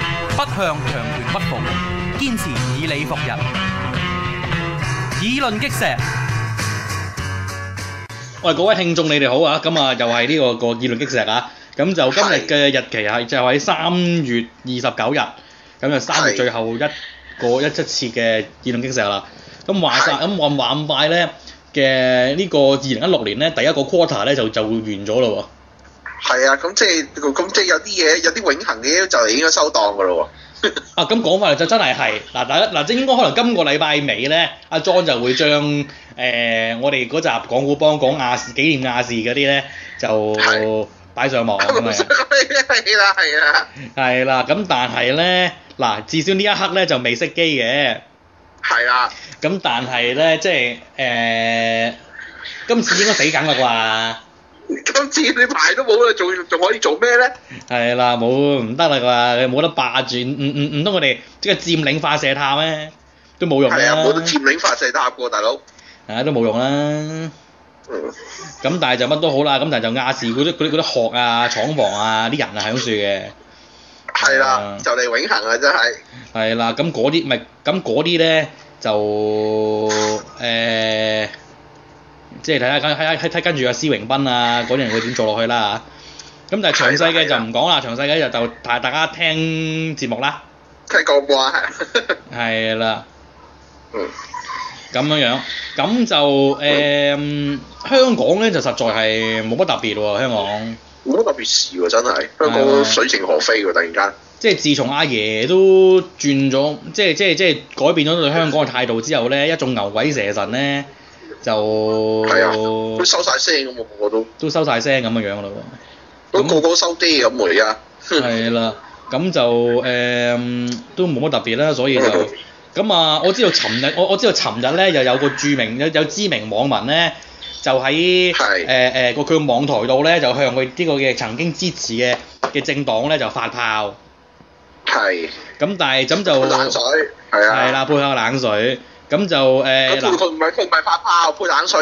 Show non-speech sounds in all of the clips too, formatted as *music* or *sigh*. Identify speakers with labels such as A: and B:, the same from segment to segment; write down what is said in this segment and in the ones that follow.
A: 向強權屈服，堅持以理服人，以論擊石。
B: 喂，各位聽眾，你哋好啊！咁啊，又係呢個個議論擊石啊！咁就今日嘅日期係就喺三月二十九日，咁就三月
C: 係
B: 最後一個一一次嘅議論擊石啦。咁話晒，
C: 係
B: 咁話話咁快咧嘅呢個二零一六年咧，第一個 quarter 咧就就會完咗咯
C: 係啊，咁即係咁即係有啲嘢，有啲永恆嘅嘢就嚟應該收檔噶咯
B: 喎。啊，咁講翻嚟就真係係嗱，大家嗱，即係應該可能今個禮拜尾咧，阿 John 就會將誒、呃我哋嗰集港股幫講亞視紀念亞視嗰啲咧就
C: 係
B: 擺上網
C: 喎。
B: 哦咁啊樣
C: 咁。係啦，係啊啦，
B: 係啦，咁但係咧，嗱，至少呢一刻咧就未熄機嘅，
C: 係啊啦，
B: 咁但係咧，即係誒、呃今次應該死梗啦
C: 今次你牌都冇啦，仲仲可以做咩咧？
B: 啩？係啦，冇唔得啦啩，冇得霸住，唔唔唔通我哋即係佔領化射塔咩？都冇用
C: 係啊，冇得
B: 啦，
C: 佔領法制塔喎，大佬。
B: 啊都冇用啦。
C: 嗯，
B: 咁但係就乜都好啦，咁但係就亞視嗰啲嗰啲嗰啲殼啊、廠房啊、啲人啊喺樹嘅。
C: 係
B: 係啊
C: 啦，就嚟永恆啦，真係。
B: 係啦，咁嗰啲咪咁嗰啲咧就誒、即係睇下睇睇睇睇跟住阿施榮斌啊嗰啲人會點做落去啦嚇。咁但係詳細嘅就唔講啦，詳細嘅就就大大家聽節目啦。
C: 聽講過啊，
B: 係
C: 係。 *laughs*
B: 啦，
C: 嗯，
B: 咁樣樣，咁就誒、嗯香港咧就實在係冇乜特別喎，香港。
C: 冇乜特別事喎，真係。香
B: 係啊
C: 港水靜河飛喎，突然間。
B: 即係自從阿爺都轉咗，即係即係即係改變咗對香港嘅態度之後咧，一眾牛鬼蛇神咧就
C: 係啊，都收晒聲咁喎，個個都，
B: 都收晒聲咁樣樣咯
C: 都個個都收啲咁喎，而家。
B: 喎，係啦，咁就誒、都冇乜特別啦，所以
C: 嗯
B: 就咁啊，我知道尋日我我知道尋日咧又有個著名有有知名網民咧。就喺誒
C: 係
B: 誒個佢嘅網台度咧，就向佢呢個嘅曾經支持嘅嘅政黨咧就發炮，
C: 係。
B: 咁但係咁就
C: 潑冷水。係啊。
B: 哦係啦，潑下冷水，咁就誒
C: 佢
B: 啊嗱
C: 佢唔係佢唔係發炮，潑冷水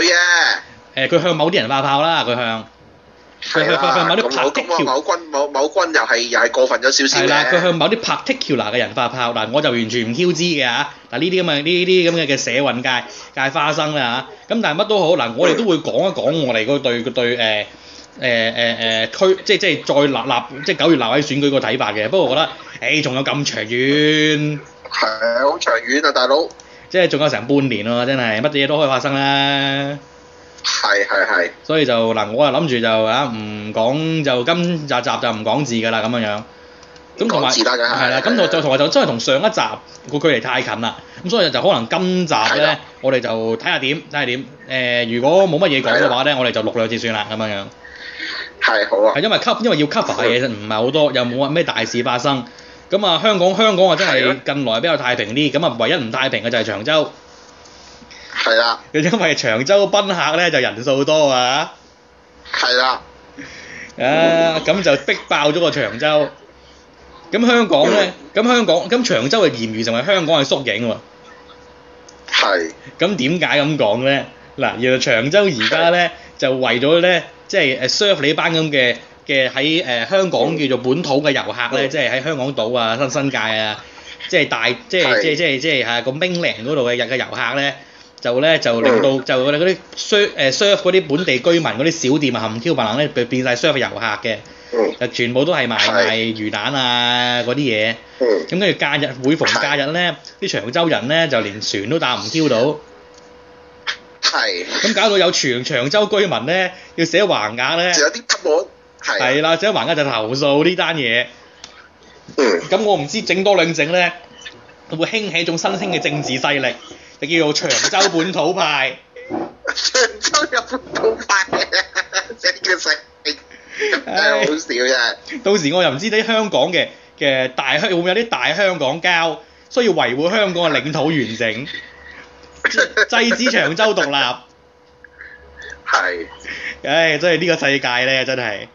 C: 嘅。
B: 誒，佢向某啲人發炮啦，佢向佢
C: 係
B: 向佢
C: 啦，
B: 向某啲
C: 咁某
B: particular
C: 咁某君某某君又係又係過分咗少少
B: 係啦，佢
C: 嘅。
B: 向某啲 particular 嘅人發炮，嗱我就完全唔 Q 知嘅嚇，嗱呢啲咁嘅呢啲咁嘅嘅社運界界花生啦嚇，咁但係乜都好，嗱我哋都會講一講我哋嗰對嗰對誒誒誒誒區，即係即係再立立即係九月立委選舉個睇法嘅，不過我覺得誒仲有咁長遠，
C: 係啊好長遠啊，大佬。
B: 即係仲有成半年喎，真係乜嘢都可以發生啦。
C: 係係係。
B: 所以就嗱，我啊諗住就啊唔講就今集集就唔講字㗎啦咁樣樣。咁同埋
C: 唔講字啦梗係
B: 係啦，咁就就同埋就真係同上一集個距離太近啦，咁所以就可能今集
C: 係
B: 咧
C: 啦，
B: 我哋就睇下點睇下點。誒、如果冇乜嘢講嘅話咧，我哋就錄兩次算啦咁樣樣。
C: 係好啊
B: 係。因為 cover 因為要 cover 嘅嘢唔係好多，又冇話咩大事發生。咁啊，香港香港啊真
C: 係啊
B: 係近來比較太平啲，咁啊唯一唔太平嘅就係長洲，
C: 係啦。
B: 因為長洲賓客咧就人數多啊。
C: 係啦。
B: 啊，咁就逼爆咗個長洲。咁香港咧，咁香港咁長洲嘅嫌疑成為香港嘅縮影喎。
C: 係。
B: 咁點解咁講咧？嗱，原來長洲而家咧就為咗咧，即係誒 serve 你班咁嘅嘅喺誒香港叫做本土嘅遊客咧，
C: 嗯
B: 即係喺香港島啊、新新界啊，即係大即係
C: 係
B: 即係即係即係嚇個冰嶺嗰度嘅日嘅遊客咧，就咧就令到就我哋嗰啲 serve 誒 serve 嗰啲本地居民嗰啲小店啊、含 Q 白冷咧，變變曬 serve 遊客嘅。
C: 嗯
B: 就全部都係賣
C: 係
B: 賣魚蛋啊嗰啲嘢，
C: 嗯。
B: 咁跟住假日每逢
C: 係
B: 假日咧，啲長洲人咧就連船都打唔挑到，
C: 係。
B: 咁搞到有全長洲居民咧要寫橫額咧，
C: 就有啲不滿。係。啊
B: 係啊啦，寫橫額就投訴呢單嘢。
C: 嗯。
B: 咁我唔知整多兩整咧，會興起一種新興嘅政治勢力，就叫做長洲本土派。
C: 長洲有本土派真嘅食，真係好笑啫。
B: 到時我又唔知啲香港嘅嘅大香會唔會有啲大香港交需要維護香港嘅領土完整，制制止長洲獨立。
C: 係。
B: 唉，真係呢個世界咧，真係。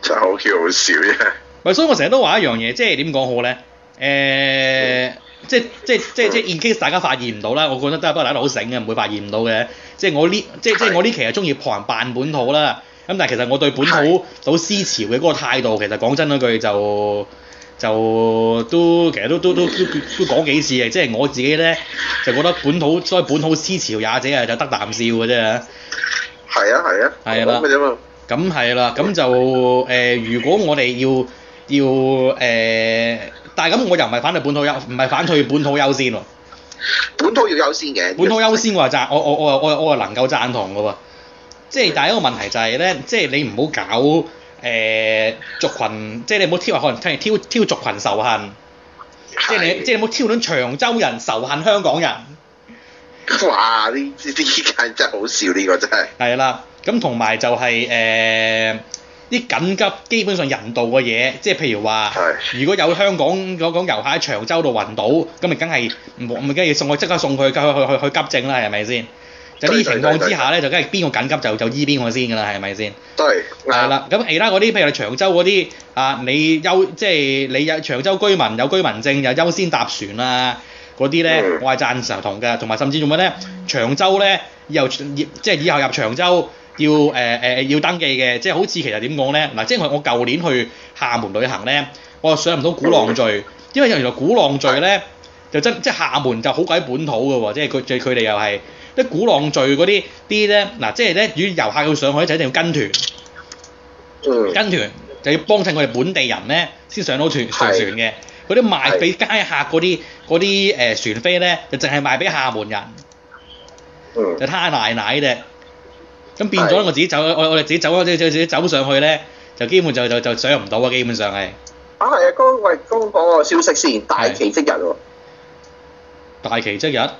C: 真係好 Q 好笑啫。
B: 咪所以我成日都話一樣嘢，即係點講好咧？誒、即係即係即係即係 in case 大家發現唔到啦，我覺得都係不過大家好醒嘅，唔會發現唔到嘅。即係我呢，即係即係我呢期係啊中意學人扮本土啦。咁但係其實我對本土到思潮嘅嗰個態度，其實講真嗰句就就都其實都都都都都講幾次嘅，即係我自己咧就覺得本土所謂本土思潮也者啊，就得啖笑嘅啫。
C: 係啊係啊，
B: 係啦
C: 咁嘅啫嘛，
B: 咁係啦，咁就誒、呃如果我哋要要誒、呃但係咁我又唔係反對本土優，唔係反對本土優先喎。
C: 本土要優先嘅，
B: 本土優先我係贊，我我我我我係能夠贊同嘅喎。即係但係一個問題就係、咧，即係你唔好搞誒、呃族群，即係你唔好挑可能挑挑挑族群仇恨，即係你即係你唔好挑到長洲人仇恨香港人，
C: 係 *laughs* 哇！呢呢啲間真係好笑，呢個真係
B: 係啦。咁同埋就係、誒。啲緊急基本上人道嘅嘢，即係譬如話，
C: 係
B: 如果有香港嗰講遊客喺長洲度暈倒，咁咪梗係唔咪梗係送佢即刻送佢去去去去急症啦，係咪先？就呢啲情況之下咧，就梗係邊個緊急就就醫邊個先㗎啦，係咪先？
C: 都係
B: 係
C: 啱。
B: 啦，咁其他嗰啲譬如你長洲嗰啲啊，你優即係你有長洲居民有居民證又優先搭船啊，嗰啲咧
C: 嗯
B: 我係贊同嘅，同埋甚至做乜咧？長洲咧又即係以後入長洲要誒誒、呃要登記嘅，即係好似其實點講咧？嗱，即係我我舊年去廈門旅行咧，我上唔到鼓浪嶼，因為原來鼓浪嶼咧就真即係廈門就好鬼本土嘅喎，即係佢佢佢哋又係。即係鼓浪嶼嗰啲啲咧，嗱，即係咧，如果遊客要上去就一定要跟團，
C: 嗯，
B: 跟團就要幫襯佢哋本地人咧，先上到船船
C: 係
B: 船嘅。嗰啲賣俾街客嗰啲嗰啲誒船飛咧，就淨係賣俾廈門人，
C: 嗯
B: 就他奶奶嘅。咁變咗
C: 係
B: 我自己走，我我哋自己走，我哋自己走上去咧，就基本就就就上唔到啊！基本上係
C: 啊係啊，剛喂剛講個消息先，大奇蹟人喎。
B: 大奇蹟日，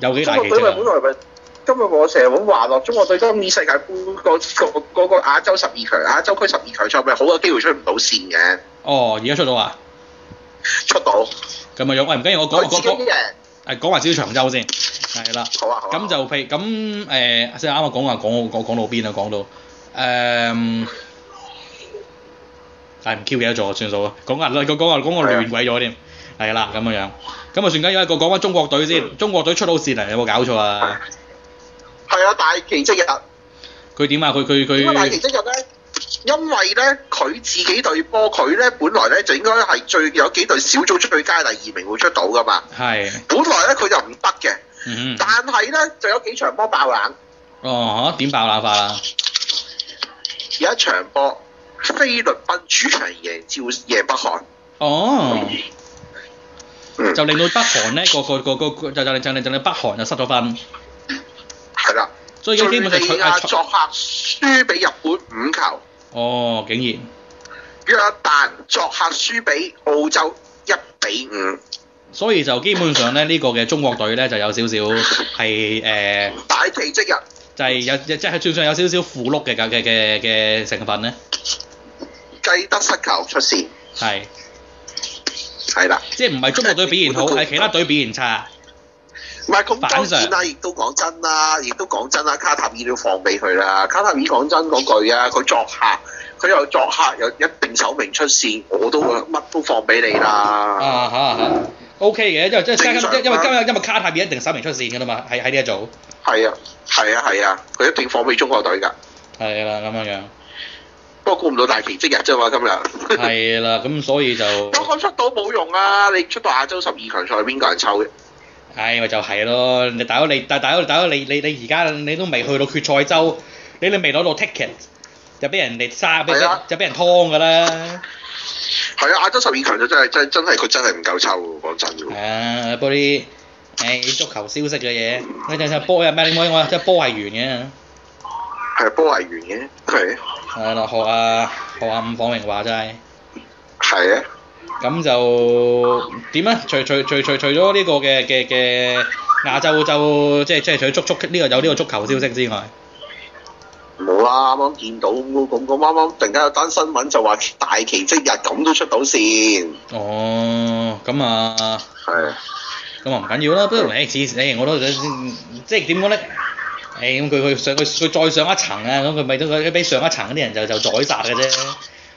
B: 有幾
C: 中
B: 大
C: 國
B: 奇蹟
C: 隊咪
B: 啊
C: 本？來咪今日我成日咁話落，中國隊今年世界盃個個個個亞洲十二強、亞洲區十二強賽咪好有機會出唔到線嘅，
B: 哦，而家出到啊！
C: 出
B: 哦
C: 到
B: 咁咪樣，喂，唔緊要，我講
C: 佢
B: 講
C: 自己
B: 講
C: 嘅，
B: 誒講埋少少長洲先，係啦。
C: 好啊好啊。
B: 咁就譬如咁誒，即係啱啱講話講講講到邊啊？講到誒，係唔 Q 記得咗算數啊！講啊，講講啊，講我亂鬼咗添，係啦咁樣樣。咁啊，算緊要一個講翻中國隊先，中國隊出到線嚟，有冇搞錯啊？
C: 係啊，大奇蹟人。
B: 佢點啊？佢佢
C: 點解大奇
B: 佢
C: 蹟人咧？因為咧，佢自己隊波，佢咧本來咧就應該係最有幾隊小組最佳第二名會出到噶嘛。
B: 係，
C: 本來咧佢就唔得嘅，
B: 嗯
C: 但
B: 哼，
C: 係咧就有幾場波爆冷，
B: 哦嚇，點爆冷法啊？
C: 有一場波菲律賓主場贏照贏北韓。
B: 哦，
C: 嗯
B: 就令到北韓咧個個個個就就令就令就令北韓就失咗分，
C: 係啦，
B: 所以基本上
C: 敘利
B: 佢
C: 亞
B: 係
C: 作客輸俾日本五球，
B: 哦，竟然。
C: 約旦作客輸俾澳洲一比五，
B: 所以就基本上咧，呢、個嘅中國隊咧就有少少係誒，
C: 大奇蹟人
B: 就係、有即係算上有少少負碌嘅嘅嘅嘅成分咧，
C: *laughs* 計得失球出線，
B: 係
C: 係啦，
B: 即係唔係中國隊表現好，係其他隊表現差，
C: 唔係咁
B: 反
C: 當
B: 常
C: 然啦，亦都講真啦，亦都講真啦，卡塔爾都放俾佢啦，卡塔爾講真嗰句啊，佢作客，佢又作客又一定首名出線，我都覺得乜都放俾你啦，
B: 啊嚇嚇，OK 嘅，因為即
C: 正常
B: 係
C: 啊
B: 因為今日因為卡塔爾一定首名出線㗎啦嘛，喺喺呢一組，
C: 係啊，係啊，係啊，佢一定放俾中國隊㗎，
B: 係啦咁樣樣，
C: 不過估唔到大奇蹟人啫嘛，今 *laughs* 日。
B: 係啦，咁所以就
C: 不過出到冇用啊！你出到亞洲十二強賽，邊個人抽嘅？
B: 唉咪就係咯，你大佬你但大佬大佬你你你而家你都未去到決賽周，你你未攞到 ticket，就俾人哋沙俾
C: 係啊
B: 就俾人劏㗎啦。
C: 係啊，亞洲十二強賽真係真真係佢真係唔夠抽喎，講真嘅喎。
B: 啊，不過啲誒足球消息嘅嘢，你陣陣波又咩？你我我即係波係圓嘅，
C: 係啊波維員嘅，係
B: 係啦，學啊學啊伍晃榮話齋，
C: 係啊，
B: 咁就點咧？除除除除除咗呢個嘅嘅嘅亞洲就即係即係除咗足足呢個有呢個足球消息之外，
C: 冇啦，啊啱啱見到咁咁咁啱啱突然間有單新聞就話大奇蹟日咁都出到線，
B: 哦，咁啊
C: 係啊
B: 咁啊唔緊要啦，不如誒似誒我都即係點講咧？誒咁佢佢上佢佢再上一層啊，咁佢咪都佢俾上一層嗰啲人就就宰殺嘅啫。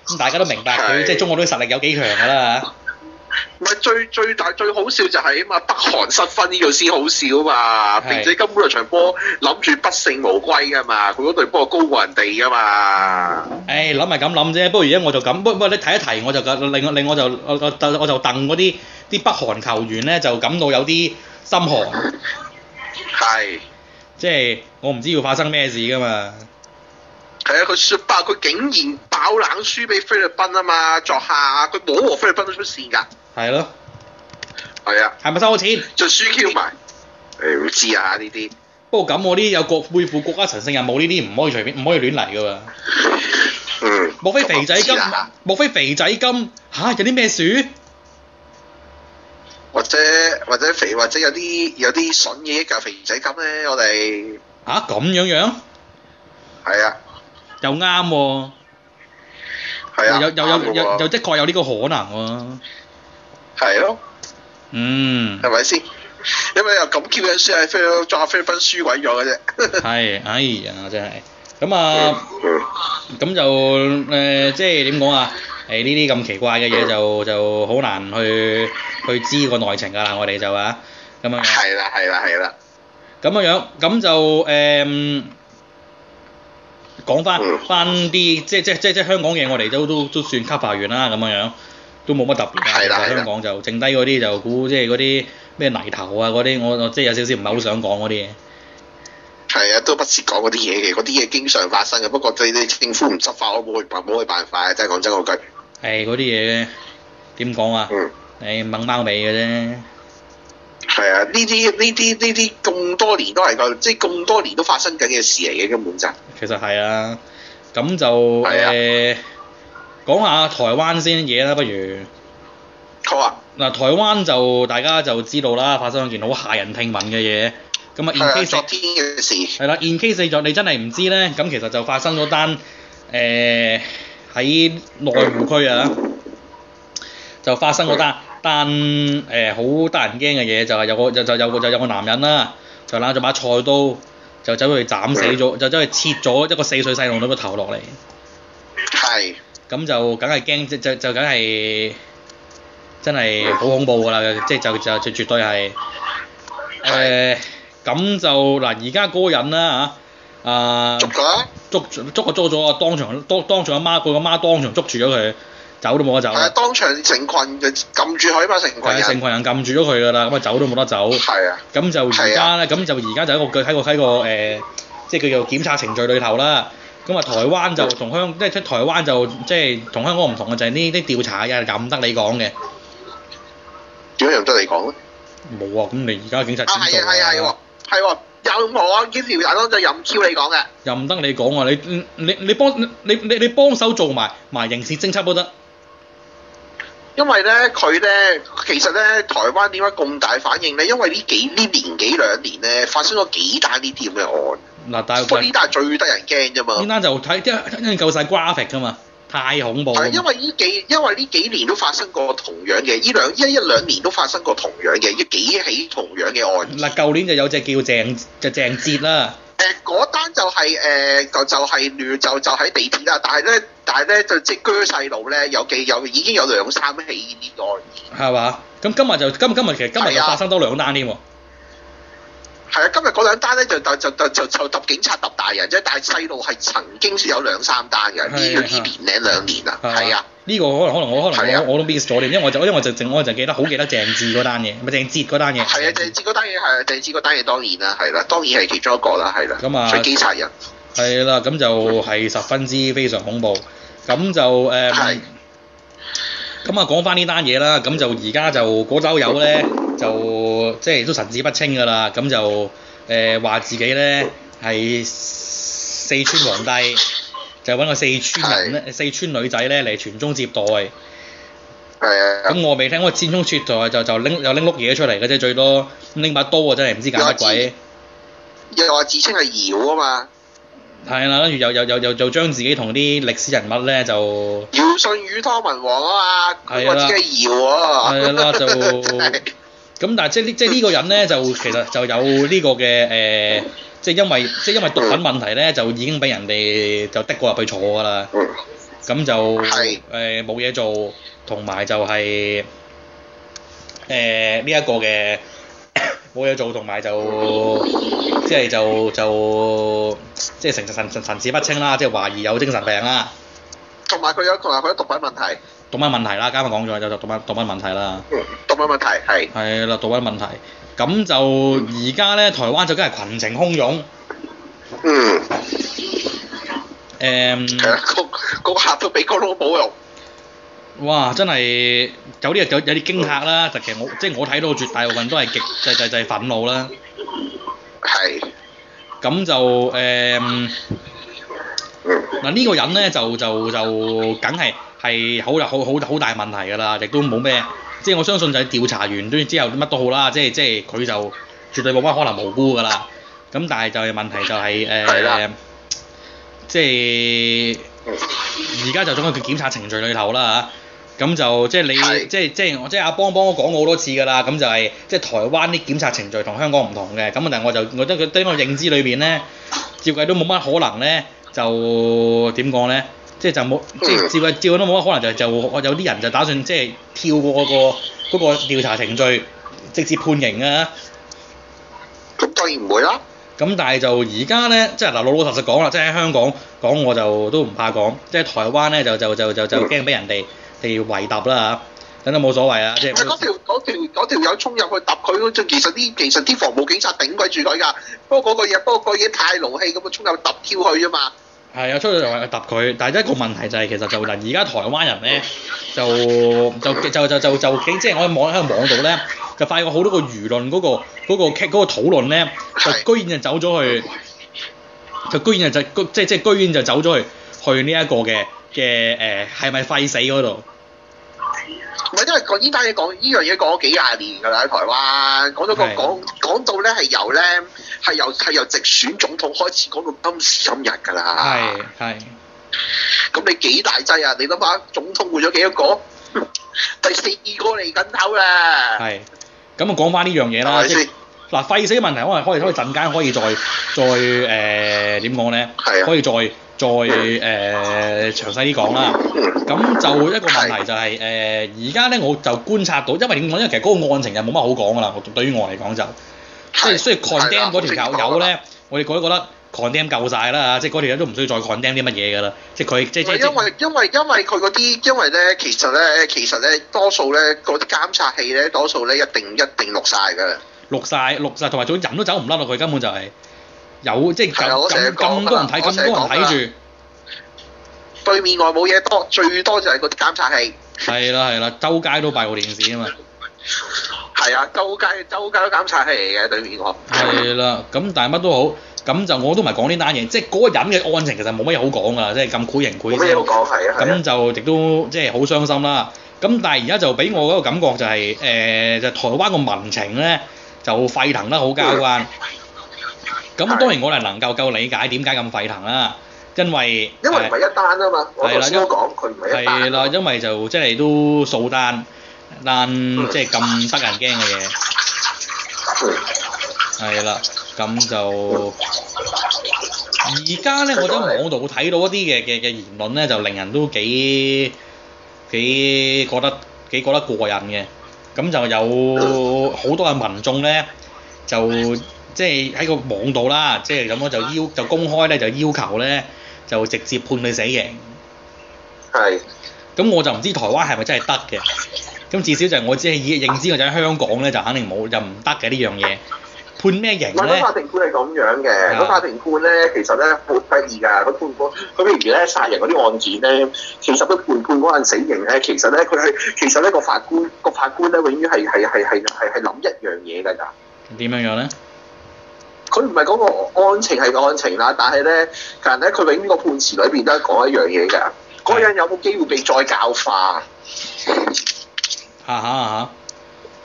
B: 咁大家都明白佢
C: 係
B: 即係中國隊實力有幾強㗎啦
C: 唔係最最大最好笑就係啊嘛，北韓失分呢個先好笑啊嘛，
B: 係
C: 並且根本就場波諗住不勝無歸噶嘛，佢嗰隊波高過人哋噶嘛，
B: 誒諗係咁諗啫，不過而家我就咁，不不你提一提我就令我令我就我我我就戥嗰啲啲北韓球員咧就感到有啲心寒，
C: 係
B: 即係我唔知要發生咩事㗎嘛。
C: 係啊，佢雪爆佢竟然爆冷輸俾菲律賓啊嘛，作下佢冇和菲律賓都出線㗎，
B: 係咯，
C: 係啊，
B: 係咪收錢？
C: 就輸 Q 埋，誒唔知啊呢啲。
B: 不過咁我啲有國背負國家神聖任務呢啲唔可以隨便唔可以亂嚟㗎喎。
C: 嗯，
B: 莫非肥仔金
C: 咁我唔知啦？
B: 莫非肥仔金吓、有啲咩樹？
C: 或者或者肥或者有啲有啲筍嘢㗎肥仔咁咧，我哋
B: 吓、咁樣樣
C: 係啊
B: 又啱喎、
C: 係啊，
B: 又又又
C: 啱㗎
B: 又
C: 喎
B: 又的確有呢個可能喎、
C: 係咯。
B: 嗯，
C: 係咪先？因為又咁 Q 嘅輸係菲律賓，仲有菲律賓輸鬼咗嘅啫。
B: 係，哎呀，真係咁
C: Ừ.
B: 啊，
C: 嗯
B: 咁就誒、即係點講啊？誒呢啲咁奇怪嘅嘢就就好難去去知個內情㗎啦，我哋就啊咁樣樣，
C: 係啦係啦係啦，
B: 咁樣樣，咁就誒、講翻
C: 嗯
B: 翻啲即即即即香港嘢，我哋都都都算 cover 完啦，咁樣樣都冇乜特別啊。其
C: 係啦係
B: 實
C: 啦
B: 香港就剩低嗰啲就估即係嗰啲咩泥頭啊嗰啲，我我即係有少少唔係好想講嗰啲嘢。
C: 係啊，都不屑講嗰啲嘢嘅，嗰啲嘢經常發生嘅。不過你你政府唔執法，我冇去辦冇去辦法啊！真係講真嗰句，
B: 誒嗰啲嘢點講啊？
C: 嗯，
B: 誒掹貓尾嘅啫。
C: 係啊，呢啲呢啲呢啲咁多年都係個，即係咁多年都發生緊嘅事嚟嘅根本就係
B: 其實係啊，咁就誒、
C: 係啊
B: 講下台灣先嘢啦，不如
C: 好啊，
B: 嗱台灣就大家就知道啦，發生咗件好駭人聽聞嘅嘢，咁
C: 係
B: 啊
C: 啊，
B: in
C: 昨
B: case
C: 天嘅事
B: 係啦，in case 若你真係唔知咧，咁其實就發生咗單誒喺內湖區啊，就發生咗單單誒好得人驚嘅嘢，就係有個就就有個就有個男人啦，就攞咗把菜刀就走去斬死咗，就走去切咗一個四歲細路女個頭落嚟。
C: 係
B: 咁就梗係驚，即就就梗係真係好恐怖㗎啦！即係就就就絕對係誒咁就嗱，而家嗰個人啦嚇啊
C: 捉佢啊，
B: 捉捉個捉咗啊，當場當當場阿媽佢個媽當場捉住咗佢，走都冇得走
C: 係啊，
B: 啦，
C: 當場成群嘅撳住佢嘛，啊成群
B: 係成
C: 人
B: 群人撳住咗佢㗎啦，咁啊走都冇得走。
C: 係啊，
B: 咁就而
C: 係
B: 家
C: 啊
B: 咧，咁就而家就喺個喺個喺個誒、呃即係叫做檢查程序裏頭啦。咁啊，台灣
C: 嗯
B: 就同香，即係台灣就即係同香港唔同嘅就係呢啲調查嘅嘢任得你講嘅，
C: 點解又唔得你講咧？
B: 冇啊！咁你而家警察
C: 啊，
B: 點
C: 係
B: 做
C: 啊，係啊，係喎，係喎，有啊我呢條眼就任 Q 你講嘅，
B: 任得你講啊！你你你幫你你你幫手做埋埋刑事偵緝都得，
C: 因為咧佢咧其實咧台灣點解咁大反應咧？因為呢幾呢年幾兩年咧發生咗幾單呢啲咁嘅案，
B: 嗱，但
C: 不過呢
B: 係
C: 單係啊最得人驚啫
B: 呢
C: 嘛。
B: 單就睇即係因為夠晒 graphic 㗎嘛，太恐怖啊
C: 係因為呢幾因為呢幾年都發生過同樣嘅，呢兩一一兩年都發生過同樣嘅，幾起同樣嘅案。
B: 嗱，舊年就有隻叫鄭就鄭捷啦，
C: 誒嗰單就係、誒、就就係亂就就喺地鐵啦，但係咧但係咧就即係鋸細路咧有幾有已經有兩三起呢啲案。
B: 係嘛？咁今日就今今日其實今日就
C: 係啊
B: 發生多兩單添喎。
C: 係啊，今日嗰兩單咧就就就就就就揼警察揼大人啫，但係細路係曾經有兩三單嘅，呢
B: 係啊
C: 呢年零兩年啊，
B: 嘛
C: 係啊，，
B: 呢個可能可能我可
C: 係啊
B: 能我我都 miss 咗添，因為我就因為我就淨我就記得好記得鄭智嗰單嘢，咪鄭捷嗰單嘢。
C: 係啊，鄭智嗰單嘢係啊鄭智嗰單嘢當然啦，係啦，當然係其中一個啦，係啦，
B: 咁啊
C: 最基察人
B: 係啦，咁就係十分之非常恐怖。咁就誒，
C: 係
B: 咁啊講翻呢單嘢啦，咁就而家就嗰兜友咧就即係都神志不清㗎啦，咁就誒話、自己咧係四川皇帝，就揾個四川人咧四川女仔咧嚟傳宗接代。
C: 係啊，
B: 咁我未聽過戰中切台就就拎又拎碌嘢出嚟嘅啫，最多咁拎把刀啊，真係唔知搞乜鬼。
C: 又話自稱係妖啊嘛，
B: 係啦，跟住又又又又又將自己同啲歷史人物咧就
C: 姚舜宇湯文王啊嘛，
B: 係
C: 佢
B: 啦
C: 話自己係妖喎，
B: 係啦就
C: 係
B: 咁，但係即係呢即係呢個人咧就其實就有呢個嘅誒、呃即係因為即係因為毒品問題咧就已經俾人哋就的過入去坐㗎啦。
C: 嗯
B: 咁就誒
C: 係
B: 冇嘢做，同埋就係、誒呢一個嘅 *coughs* 冇嘢做，同埋就即係就就即係神神神神志不清啦，即係懷疑有精神病啦，
C: 同埋佢有同埋佢有毒品問題，
B: 讀乜問題啦？啱啱講咗就就讀乜讀乜問題啦。
C: 毒品問題係
B: 係啦，杜威問題。咁就而家咧，台灣就梗係群情洶湧。
C: 嗯係啊
B: 誒、
C: 啦，個個客都俾個老母用，
B: 哇！真係有啲有有啲驚嚇啦。就其實我即係我睇到絕大部分都係極就就就係憤怒啦。
C: 係
B: 咁就誒嗱
C: 嗯
B: 呢個人咧就就就梗係係好好好好大問題㗎啦，亦都冇咩。即係我相信就係調查完都之後乜都好啦，即係即係佢就絕對冇乜可能無辜㗎啦。咁但係就係問題就係、誒、
C: 係啦
B: 即係。
C: 嗯
B: 而家就總係佢檢查程序裏頭啦嚇。咁就即係你
C: 係
B: 即係即係我即係阿邦幫我講過好多次㗎啦，咁就係、即係台灣啲檢查程序同香港唔同嘅，咁但係我就我覺得佢喺我認知裏邊咧，照計都冇乜可能咧，就點講咧？即係就冇即係照計照計都冇乜可能就就有啲人就打算即係跳過、個嗰、個調查程序，直接判刑啊！
C: 咁當然唔會啦，
B: 咁但係就而家咧，即係嗱老老實實講啦，即係喺香港講我就都唔怕講，即係台灣咧就就就就就
C: 嗯
B: 驚俾人哋哋圍揼啦嚇，咁都冇所謂啊，即
C: 唔係嗰
B: 係
C: 條嗰條嗰條友衝入去揼佢，其實啲其實啲防暴警察頂鬼住佢㗎，不過嗰個嘢不過嗰個嘢太勞氣咁啊，衝入去揼 Q 佢啫嘛，
B: 係啊，出去圍揼佢，但係一個問題就係其實就嗱，而家台灣人咧就就就就就就即係我喺網喺個網度咧就發現好多個輿論嗰、個嗰、個劇嗰、個討論咧，
C: 係
B: 就居然就走咗去，就居然就就即即係居然就走咗去去呢一個嘅嘅誒係咪廢死嗰度？
C: 唔係因為講呢單嘢講呢樣嘢講咗幾廿年㗎啦，喺台灣講到個
B: 係
C: 講講到咧係由咧係由係由直選總統開始講到今時今日㗎啦，
B: 係係。
C: 咁你幾大劑啊？你諗下總統換咗幾多個？ *laughs* 第四個嚟緊口啦，
B: 係，咁啊講翻呢樣嘢
C: 係
B: 啦，
C: 咪
B: 即係
C: 先？
B: 嗱廢死嘅問題，可能可以可以陣間可以再再誒點講咧
C: 係，啊
B: 可以再再誒、詳細啲講啦。
C: 嗯
B: 咁就一個問題就係、誒，而家咧我就觀察到，因為點講？因為其實嗰個案情就冇乜好講噶啦。我對於我嚟講就，即係雖然 condemn 嗰條友友，咧，我哋覺得覺得 condemn 夠晒啦，啊即係嗰條友都唔需要再 condemn 啲乜嘢噶啦。即係佢即
C: 係啦
B: 係
C: 唔
B: 即
C: 係因
B: 係
C: 為因為因為佢嗰啲，因為咧其實咧其實咧多數咧嗰啲監察器咧多數咧一定一定錄晒㗎啦，
B: 錄晒錄晒，同埋仲人都走唔甩落去，根本就係、有即係
C: 係啊我
B: 咁
C: 成日
B: 咁咁
C: 講㗎
B: 多人
C: 啦
B: 睇，
C: 我
B: 咁
C: 成
B: 多
C: 日
B: 人
C: 講㗎啦
B: 睇住。
C: 對面外冇嘢多，最多就係嗰啲監察器。
B: 係啦係啦，周街都閉路電視啊
C: *laughs*
B: 嘛。
C: 係啊，周街周街都監察器嚟嘅對面我。
B: 係啦，咁但係乜都好，咁就我都唔係講呢單嘢，即係嗰個人嘅案情其實冇乜嘢好講㗎啦，即係咁苦型苦
C: 冇咩好
B: 聲，
C: 講係啊，係
B: 咁
C: 啊
B: 就亦都即係好傷心啦。咁但係而家就俾我嗰個感覺就係、誒、就台灣個民情咧就沸騰得好交
C: *laughs*
B: 關。咁當然我哋能夠夠理解點解咁沸騰啦，因為
C: 因為
B: 誒
C: 唔係一單啊嘛，我
B: 係啦
C: 頭先都講佢唔係一啊單。
B: 係啦，因為就即係都掃單單即係咁得人驚嘅嘢。
C: 嗯
B: 係啦，咁就而家咧，我喺網度睇到一啲嘅嘅嘅言論咧，就令人都幾幾覺得幾覺得過癮嘅。咁就有好多嘅民眾咧，就即係喺個網度啦，即係咁樣就要就公開咧就要求咧就直接判佢死刑。
C: 係
B: 咁我就唔知台灣係咪真係得嘅。咁至少就係我只係以認知我就喺香港咧就肯定冇就唔得嘅呢樣嘢。判咩刑
C: 唔係個
B: 咧？
C: 法庭官係咁樣嘅，
B: 啊
C: 個法庭官咧其實咧好得意㗎，佢判官佢譬如咧殺人嗰啲案件咧，其實佢判判嗰陣死刑咧，其實咧佢係其實咧個法官個法官咧永遠係係係係係係諗一樣嘢㗎咋。
B: 點樣樣咧？
C: 佢唔係講個案情係個案情啦，但係咧，但係咧，佢永遠個判詞裏邊都係講一樣嘢㗎。嗰個人有冇機會被再教化？
B: 嚇嚇嚇！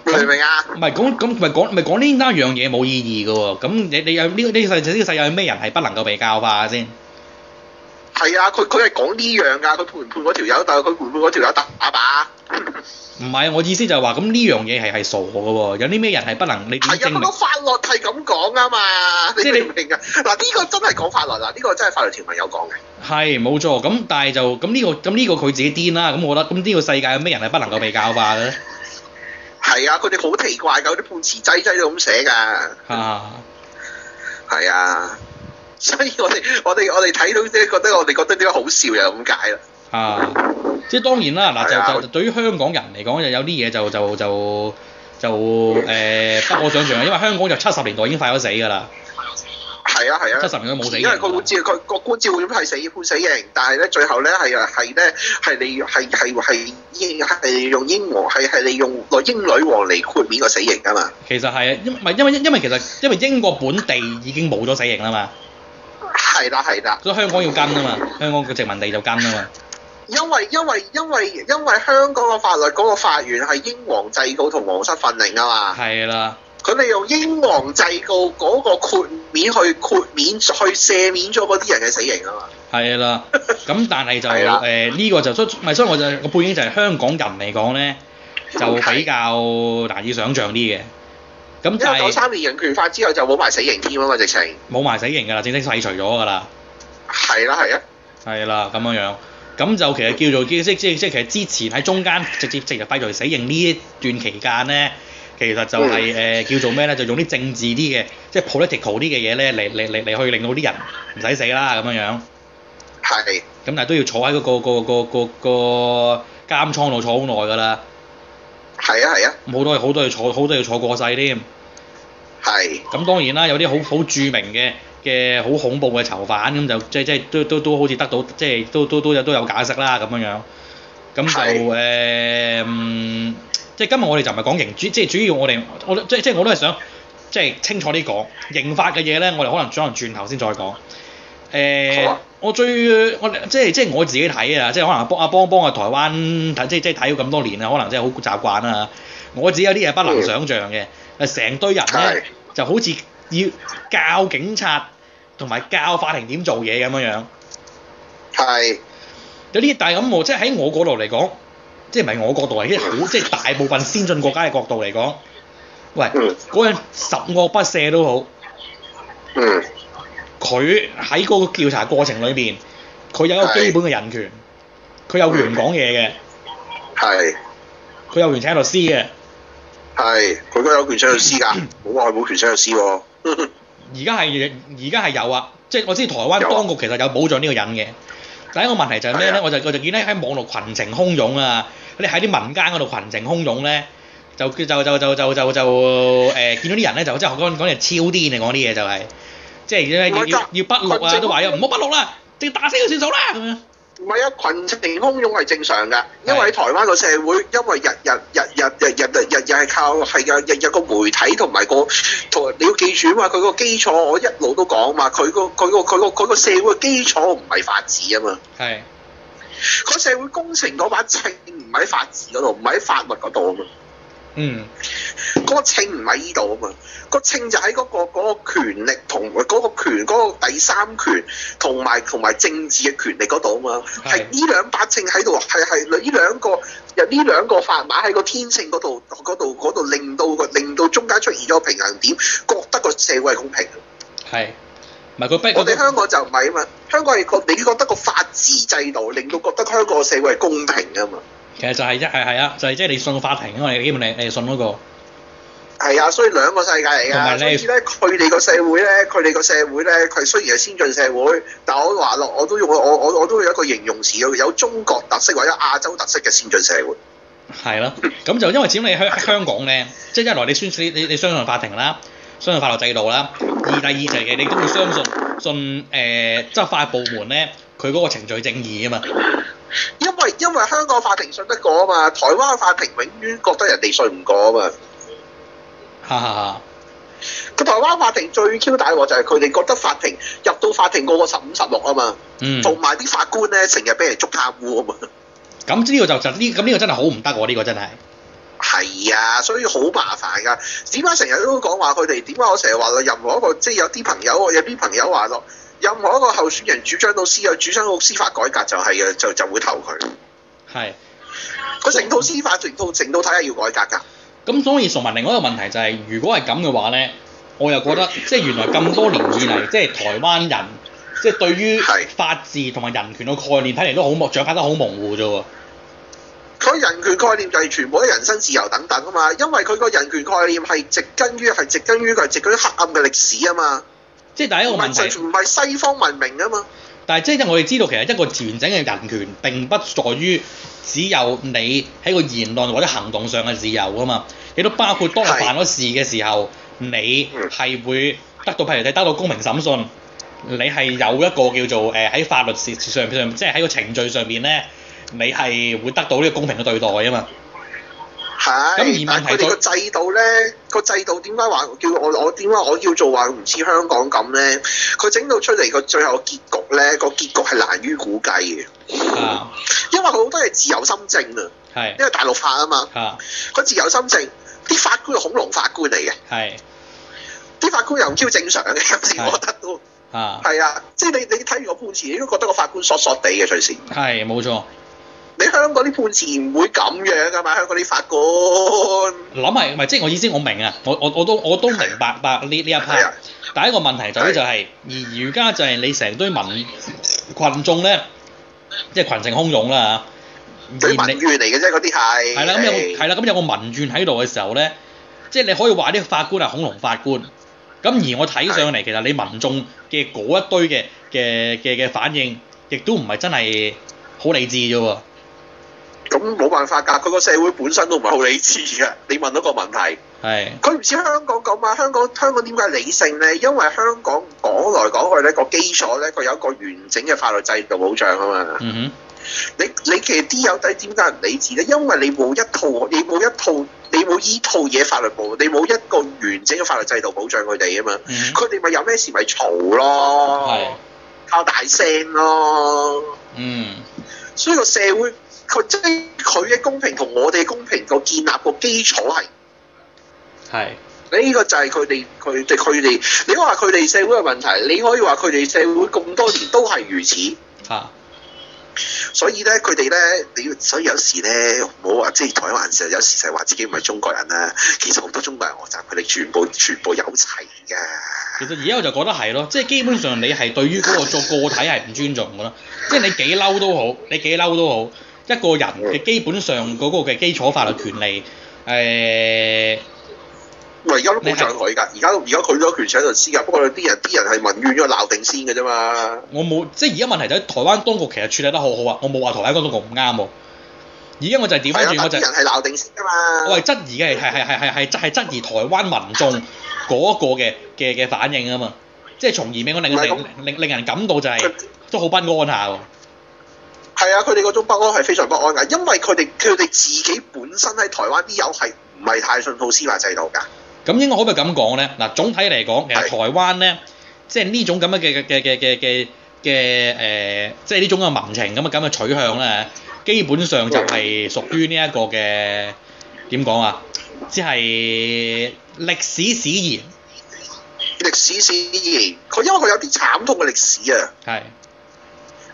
C: 你明唔明啊？
B: 唔係講咁，唔係講，唔係講呢單樣嘢冇意義嘅喎。咁你你有呢個呢個世呢個世界有咩人係不能夠被教化嘅先？
C: 係啊，佢佢係講呢樣㗎。佢判唔判嗰條友，但係佢判唔判嗰條友打靶。
B: 唔係，我意思就係話咁呢樣嘢係係傻嘅喎。有啲咩人係不能你點
C: 係啊，
B: 證
C: 嗰個
B: 明？
C: 法律係咁講啊嘛。
B: *laughs* 即
C: 你
B: 係你
C: 明唔明啊？嗱，呢個真係講法律啊啦，呢個真係法律條文有講嘅。
B: 係冇錯。咁但係就咁呢個咁呢個佢自己癲啦。咁我覺得咁呢個世界有咩人係不能夠被教化嘅咧？
C: 係啊，佢哋好奇怪㗎，嗰啲判詞仔仔都咁寫㗎。
B: 啊，
C: 係啊， *laughs* 所以我哋我哋我哋睇到即係覺得我哋覺得點解好笑又咁解啦。
B: 啊，即係當然啦，
C: 係啊
B: 嗱就就對於香港人嚟講，就有啲嘢就就就就誒、不可想象，因為香港就七十年代已經快咗死㗎啦，
C: 係啊係啊，
B: 七十年代冇死
C: 因為個
B: 刑
C: 官照佢個官照會判死判死刑，但係咧最後咧係啊係咧係利係係係英係用英皇係係利用英女王嚟豁免個死刑啊嘛。
B: 其實係因唔係因為因為其實因為英國本地已經冇咗死刑啦嘛，
C: 係啦係啦，
B: 所以香港要跟啊嘛，香港個殖民地就跟啊嘛。
C: 因為因為因為因為香港嘅法律嗰個法源係英皇制誥同皇室訓令啊嘛。
B: 係啦，
C: 佢哋用英皇制告嗰個豁免去豁免去赦免咗嗰啲人嘅死刑啊嘛，
B: 係啦。咁但係就
C: *laughs* 係啦
B: 誒呢個就所以咪所以我就個背景就係香港人嚟講咧，就比較難以想像啲嘅。咁
C: 因為
B: 就
C: 九
B: 係
C: 三年人權法之後就冇埋死刑添啊嘛，直情
B: 冇埋死刑㗎啦，正式廢除咗㗎啦，
C: 係啦係啊，
B: 係啦咁樣樣。咁就其實叫做即即即即其實之前喺中間直接直接廢除死刑呢一段期間咧，其實就係、誒、叫做咩咧，就用啲政治啲嘅即係 political 啲嘅嘢咧嚟嚟嚟嚟去令到啲人唔使死啦咁樣樣。
C: 係
B: 咁但係都要坐喺嗰、個、個、個、個、個監倉度坐好耐㗎啦，
C: 係啊係啊
B: 咁好多好多要坐，好多要坐過世添。
C: 係
B: 咁當然啦，有啲好好著名嘅嘅好恐怖嘅囚犯咁就即即都都都好似得到即係都都都有都有解釋啦咁樣樣。咁就
C: 係
B: 誒、嗯即係今日我哋就唔係講刑主，即係主要我哋我即即係我都係想即係清楚啲講刑法嘅嘢咧，我哋可能可能轉頭先再講。誒、
C: 好啊
B: 我最我即係即係我自己睇啊，即係可能幫阿邦幫啊台灣睇，即係即係睇咗咁多年啊，可能真係好習慣啦。我自己有啲嘢不
C: 嗯
B: 能想像嘅，誒成堆人
C: 係
B: 咧就好似要教警察同埋教法庭點做嘢咁樣樣。
C: 係
B: 有啲但係咁我即係喺我角度嚟講，即係唔係我角度嚟，即係好即係大部分先進國家嘅角度嚟講，喂
C: 嗯
B: 嗰樣十惡不赦都好，
C: 嗯
B: 佢喺嗰個調查過程裏邊，佢有一個基本嘅人權，佢
C: 嗯
B: 有權講嘢嘅，
C: 係
B: 佢有權請律師嘅。
C: 係佢都有權請律
B: *laughs*
C: 師㗎，冇話佢冇權請律師喎，
B: 而家係而家係有啊，即係我知台灣
C: 有啊
B: 當局其實有保障呢個人嘅。但係一個問題就係咩
C: 係
B: 咧？
C: 啊
B: 我就我就見咧喺網絡群情洶湧啊，你喺啲民間嗰度群情洶湧咧，就就就就就就就誒、見到啲人咧就真係講講嘢超癲嘅講啲嘢就係、即係要
C: 唔係㗎
B: 要要不錄
C: 群
B: 啊
C: 情
B: 都話唔好不錄啦，直接打死佢算數啦咁樣。
C: 唔係啊，群情洶湧係正常㗎，因為喺台灣個社會，因為日日日日日日日日日係靠係啊，日日個媒體同埋個同你要記住啊嘛，佢個基礎我一路都講嘛，佢個佢個佢個佢個社會嘅基礎唔係法治啊嘛，
B: 係
C: 個社會工程嗰把秤唔喺法治嗰度，唔喺法律嗰度啊嘛，
B: 嗯
C: 嗰、個秤唔喺呢度啊嘛，個秤就喺嗰、個嗰、個權力同嗰個權嗰、個第三權同埋同埋政治嘅權力嗰度啊嘛，
B: 係
C: 係呢兩把秤喺度，係係呢兩個由呢兩個砝碼喺個天秤嗰度嗰度嗰度令到個令到中間出現咗個平衡點，覺得個社會係公平。
B: 係，唔係佢逼
C: 我哋香港就唔係啊嘛，香港係個你覺得個法治制度令到覺得香港個社會係公平啊嘛。
B: 其實就係一係係啊，就係即係你信法庭啊嘛，你基本你你信嗰、個
C: 係啊，所以兩個世界嚟
B: 同埋
C: 㗎。
B: 你
C: 所以咧，佢哋個社會咧，佢哋個社會咧，佢雖然係先進社會，但我話落我都用我我我都有一個形容詞，有中國特色或者亞洲特色嘅先進社會。
B: 係咯。咁就因為始終你香香港咧，即係一來你宣你你你相信法庭啦，相信法律制度啦；而第二就係你都會相信信誒、呃、執法部門咧，佢嗰個程序正義啊嘛。
C: 因為因為香港法庭信得過啊嘛，台灣法庭永遠覺得人哋信唔過啊嘛。
B: 哈哈哈！
C: 個台灣法庭最 Q 大鑊就係佢哋覺得法庭入到法庭個個十五十六啊嘛，
B: 嗯，
C: 同埋啲法官咧成日俾人捉貪污啊嘛。
B: 咁呢個就就呢咁呢個真係好唔得喎，呢、個真係。
C: 係啊，所以好麻煩㗎。點解成日都講話佢哋？點解我成日話任何一個即係有啲朋友，有啲朋友話咯，任何一個候選人主張到司有主張到司法改革就係、嘅，就就會投佢。
B: 係。
C: 佢成套司法成套成套體系要改革㗎。
B: 咁所以崇文另外一個問題就係、如果係咁嘅話咧，我又覺得即係原來咁多年以嚟，即係台灣人即係對於
C: 係
B: 法治同埋人權嘅概念，睇嚟都好模掌握得好模糊啫喎。
C: 佢人權概念就係全部都人身自由等等啊嘛，因為佢個人權概念係植根於係植根於佢植根於黑暗嘅歷史啊嘛，
B: 即係第一
C: 唔
B: 個問
C: 係
B: 題。
C: 唔係西方文明啊嘛。
B: 但係即係我哋知道，其實一個完整嘅人權並不在於只有你喺個言論或者行動上嘅自由啊嘛，亦都包括當你
C: 係
B: 犯咗事嘅時候，你係會得到譬如你得到公平審訊，你係有一個叫做誒喺、法律事上上，即係喺個程序上面咧，你係會得到呢個公平嘅對待啊嘛。咁而
C: 係，
B: 問
C: 但
B: 題
C: 係佢
B: 在
C: 哋個制度咧，個制度點解話叫我我點解我叫做話唔似香港咁咧？佢整到出嚟個最後結局咧，個結局係難於估計嘅，
B: 啊，
C: 因為佢好多係自由心證啊，
B: 係
C: 因為大陸法啊嘛，
B: 啊，
C: 佢自由心證，啲法官係恐龍法官嚟嘅，
B: 係
C: 啲法官又唔超正常嘅，有時
B: 係
C: 我覺得都
B: 啊，
C: 係啊，即係你你睇完個判詞，你都覺得個法官索索地嘅隨時。
B: 係冇錯。
C: 你香港啲判詞唔會咁樣噶嘛，香港啲法官
B: 諗係唔係即係我意思，我明啊，我我我都我都明白白呢呢一
C: 係
B: part
C: 啊。，
B: 第一個問題就係就係，而而家就係你成堆民群眾咧，即係群情洶湧啦嚇。
C: 嗰啲
B: 而
C: 民
B: 你
C: 怨嚟嘅啫，嗰啲係
B: 係啦，咁有個係啦，咁有個民怨喺度嘅時候咧，即係你可以話啲法官係恐龍法官。咁而我睇上嚟，其實你民眾嘅嗰一堆嘅嘅嘅嘅反應，亦都唔係真係好理智啫喎。
C: 咁冇辦法㗎，佢個社會本身都唔係好理智嘅。你問到個問題，
B: 係
C: 佢唔似香港咁啊！香港香港點解理性咧？因為香港講來講去咧，個基礎咧，佢有一個完整嘅法律制度保障啊嘛。
B: 嗯
C: 你你其實啲友仔點解唔理智咧？因為你冇一套，你冇一套，你冇依套嘢法律部，你冇一個完整嘅法律制度保障佢哋啊嘛。
B: 哼嗯哼
C: 佢哋咪有咩事咪嘈咯，
B: 係
C: 靠大聲咯。
B: 嗯
C: 所以個社會佢即係佢嘅公平同我哋嘅公平個建立個基礎係
B: 係
C: 呢個就係佢哋佢哋佢哋，你可以話佢哋社會嘅問題，你可以話佢哋社會咁多年都係如此。
B: 嚇
C: 所以咧，佢哋咧，你要所以有時咧，唔好話即係台灣成日有時成日話自己唔係中國人啦，其實好多中國人學習佢哋全部全部有齊㗎。
B: 其實而家我就覺得係咯，即係基本上你係對於嗰個作個體係唔尊重㗎咯，即係你幾嬲都好，你幾嬲都好，一個人嘅基本上嗰個嘅基礎法律權利，誒、
C: 喂，而家都冇障佢㗎，而家都而家佢都有權勢喺度施㗎，不過啲人啲人係民怨咗鬧定先㗎啫嘛。
B: 我冇即係而家問題就係台灣當局其實處理得好好啊，我冇話台灣當局唔啱喎，而家我就係調翻
C: 係啊，
B: 轉，我
C: 但
B: 就係
C: 啲人係鬧定先㗎嘛。
B: 我係質疑嘅係係係係係係質疑台灣民眾嗰個嘅嘅嘅反應啊嘛，即係從而令我令
C: 唔係
B: 令
C: 咁
B: 令令人感到就係、
C: 佢
B: 都好不安下喎，
C: 係啊，佢哋嗰種不安係非常不安㗎，因為佢哋佢哋自己本身喺台灣啲友係唔係太信套司法制度㗎。
B: 咁應該可唔可以咁講咧？嗱，總體嚟講，其實
C: 係
B: 台灣咧，即係呢種咁樣嘅嘅嘅嘅嘅嘅誒，即係呢種嘅民情咁嘅咁嘅取向咧，基本上就係屬於呢一個嘅點講啊，即係歷史使
C: 歷史使然，佢因為佢有啲慘痛嘅歷史啊。
B: 然，係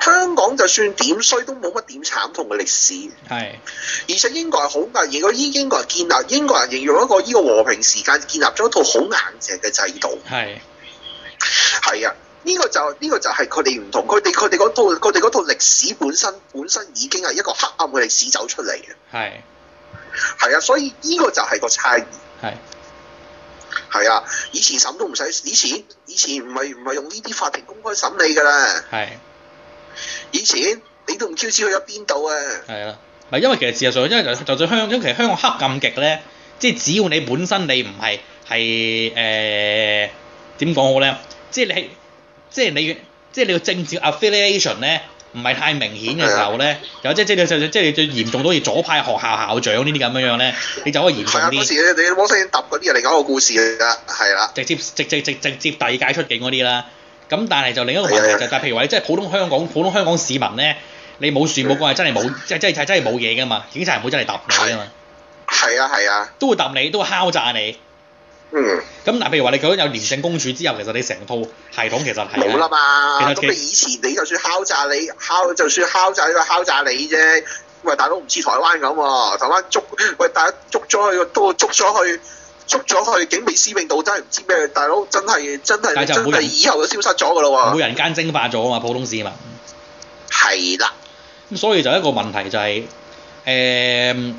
C: 香港就算點衰都冇乜點慘痛嘅歷史，
B: 係
C: 而且英國係好硬，如果英英國人建立英國人形容一個呢個和平時間建立咗一套好硬淨嘅制度，
B: 係
C: 係啊。呢個就呢、個就係佢哋唔同，佢哋佢哋嗰套佢哋嗰套歷史本身本身已經係一個黑暗嘅歷史走出嚟嘅，
B: 係
C: 係啊，所以呢個就係個差異。
B: 係
C: 係啊，以前審都唔使，以前以前唔係唔係用呢啲法庭公開審理㗎啦，
B: 係
C: 以前你都唔知知去咗邊度啊，
B: 係啦，唔係因為其實事實上，因為就就算香，因為其實香港黑暗極咧，即係只要你本身你唔係係誒點講好咧，即係你即係你即係你個政治 affiliation 咧唔係太明顯嘅時候
C: 啊
B: 咧，有即係即係你就即係你最嚴重到好似左派學校校長呢啲咁樣樣咧，你就可以嚴
C: 係
B: 重
C: 啊，嗰
B: 啲，
C: 時你你摩西揼嗰啲係另一個故事嚟㗎，係啦，
B: 直接直直直直接遞解出境嗰啲啦。咁但係就另一個問
C: 係啊
B: 題
C: 係
B: 就
C: 啊
B: 係，但係譬如話你即係普通香港普通香港市民咧，你冇樹冇棍係真係冇，即係真係真係冇嘢㗎嘛，警察唔會真係揼你㗎嘛。
C: 係啊係啊，
B: 都會揼你，都會敲詐你。
C: 嗯，
B: 咁但係譬如話你究竟有廉政公署之後，其實你成套系統其實係啊
C: 冇
B: 其實
C: 啦嘛，
B: 其
C: 咁你以前你就算敲詐你敲，就算敲詐你都敲詐你啫，喂大佬唔似台灣咁喎，台灣捉喂大家捉咗去都捉咗去。捉咗去警備司命道真係唔知咩，大佬真係真
B: 但係
C: 係
B: 就
C: 真
B: 冇
C: 係
B: 人
C: 以後就消失咗㗎咯
B: 冇
C: 喎，
B: 人間蒸發咗啊嘛，普通市民。
C: 係啦。
B: 咁所以就一個問題就係、誒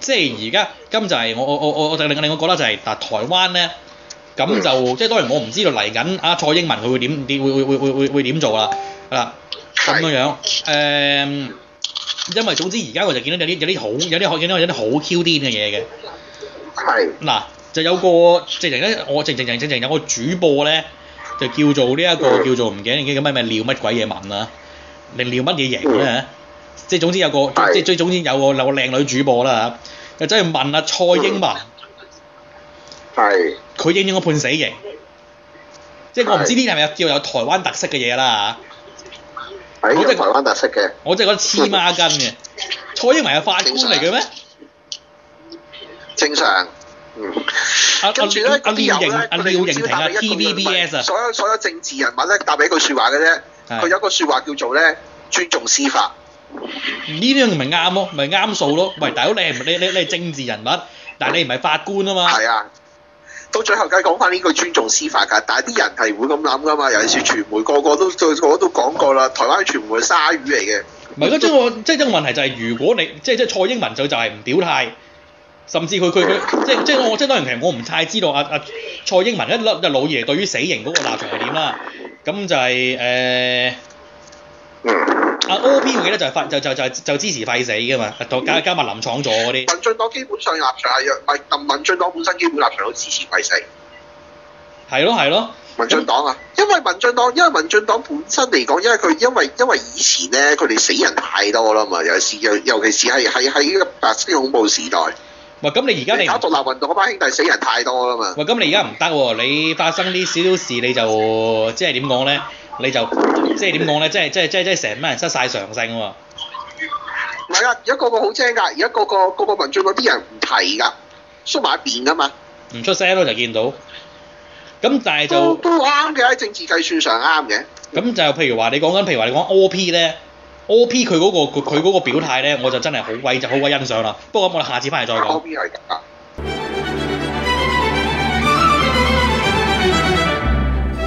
B: 即係而家今就係我我我我我就另另外覺得就係、嗱台灣咧，咁就即係當然我唔知道嚟緊啊蔡英文佢會點點會會會會會會點做啦，係啦咁樣樣誒。因為總之而家我就見到有啲有啲好有啲學有啲有啲好 Q 癲嘅嘢嘅，
C: 係
B: 嗱就有個直情咧，我直情直情直情有個主播咧，就叫做呢、一
C: 嗯
B: 個叫做唔記得叫咩咩廖乜鬼嘢文啦，定廖乜嘢型咧？即係總之有個
C: 嗯係
B: 即係最總之有個有個靚女主播啦嚇，就走去問阿蔡英文，
C: 嗯係
B: 佢應唔應該判死刑？即係我唔知呢啲係咪有叫有台灣特色嘅嘢啦嚇，
C: 係
B: 我
C: 呢
B: 即係
C: 個台灣特色嘅，
B: 我真係覺得黐孖筋嘅。蔡英文係法官嚟嘅咩？
C: 正常。嗯，
B: 阿阿
C: 跟住咧，
B: 啊阿
C: 啲
B: 廖
C: 友
B: 瑩
C: 咧，
B: 阿
C: 佢
B: 廖
C: 哋
B: 瑩婷
C: 要答
B: 啊
C: 你一句唔
B: TVBS
C: 係
B: 啊，
C: 所有所有政治人物咧，答你一句説話嘅啫。
B: 係
C: 佢有一個説話叫做咧尊重司法，
B: 呢樣咪啱咯，咪啱數咯。喂，大佬你係唔你你你係政治人物，但係你唔係法官啊嘛。
C: 係啊。到最後梗係講翻呢句尊重司法㗎，但係啲人係會咁諗㗎嘛，尤其是傳媒個個都個個都講過啦，台灣傳媒係鯊魚嚟嘅，
B: 唔係，即係我即係即係問題就係、如果你即係即係蔡英文就就係唔表態，甚至佢佢佢即係即係我即係當然其實我唔太知道阿、啊、阿、蔡英文一粒就老爺對於死刑嗰個立場係點啦。咁就係、誒
C: 嗯。
B: 阿 O.P. 我記得就係廢就就就就支持廢死噶嘛，加加埋林廠座嗰啲。
C: 民進黨基本上立場係弱，民民進黨本身基本立場都支持廢死。
B: 係咯係咯，
C: 民進黨啊，因為民進黨，因為民進黨本身嚟講，因為佢因為因為以前咧，佢哋死人太多啦嘛，尤其是尤尤其是係係喺呢個白色恐怖時代，
B: 喂咁你而家你
C: 你
B: 唔
C: 搞獨立運動嗰班兄弟死人太多啦嘛，
B: 喂，咁你而家唔得喎，你發生啲少少事你就即係點講咧？你就即係點講咧？即係即係即係即係成班人失晒常性喎。
C: 唔係啊，而家個個好精㗎，而家個個個個民進黨啲人唔提㗎，縮埋一邊㗎嘛，
B: 唔出聲咯，就見到。咁但係
C: 都
B: 就
C: 都啱嘅喺政治計算上啱嘅，
B: 咁就譬如話你講緊，譬如話你講 O.P. 咧，O.P. 佢嗰、個佢嗰個表態咧，我就真係好鬼就好鬼欣賞啦。不過咁我哋下次翻嚟再
C: 嗰
B: 講。
C: 邊係㗎。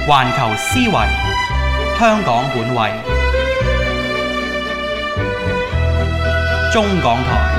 A: 環球思維，香港本位，中港台。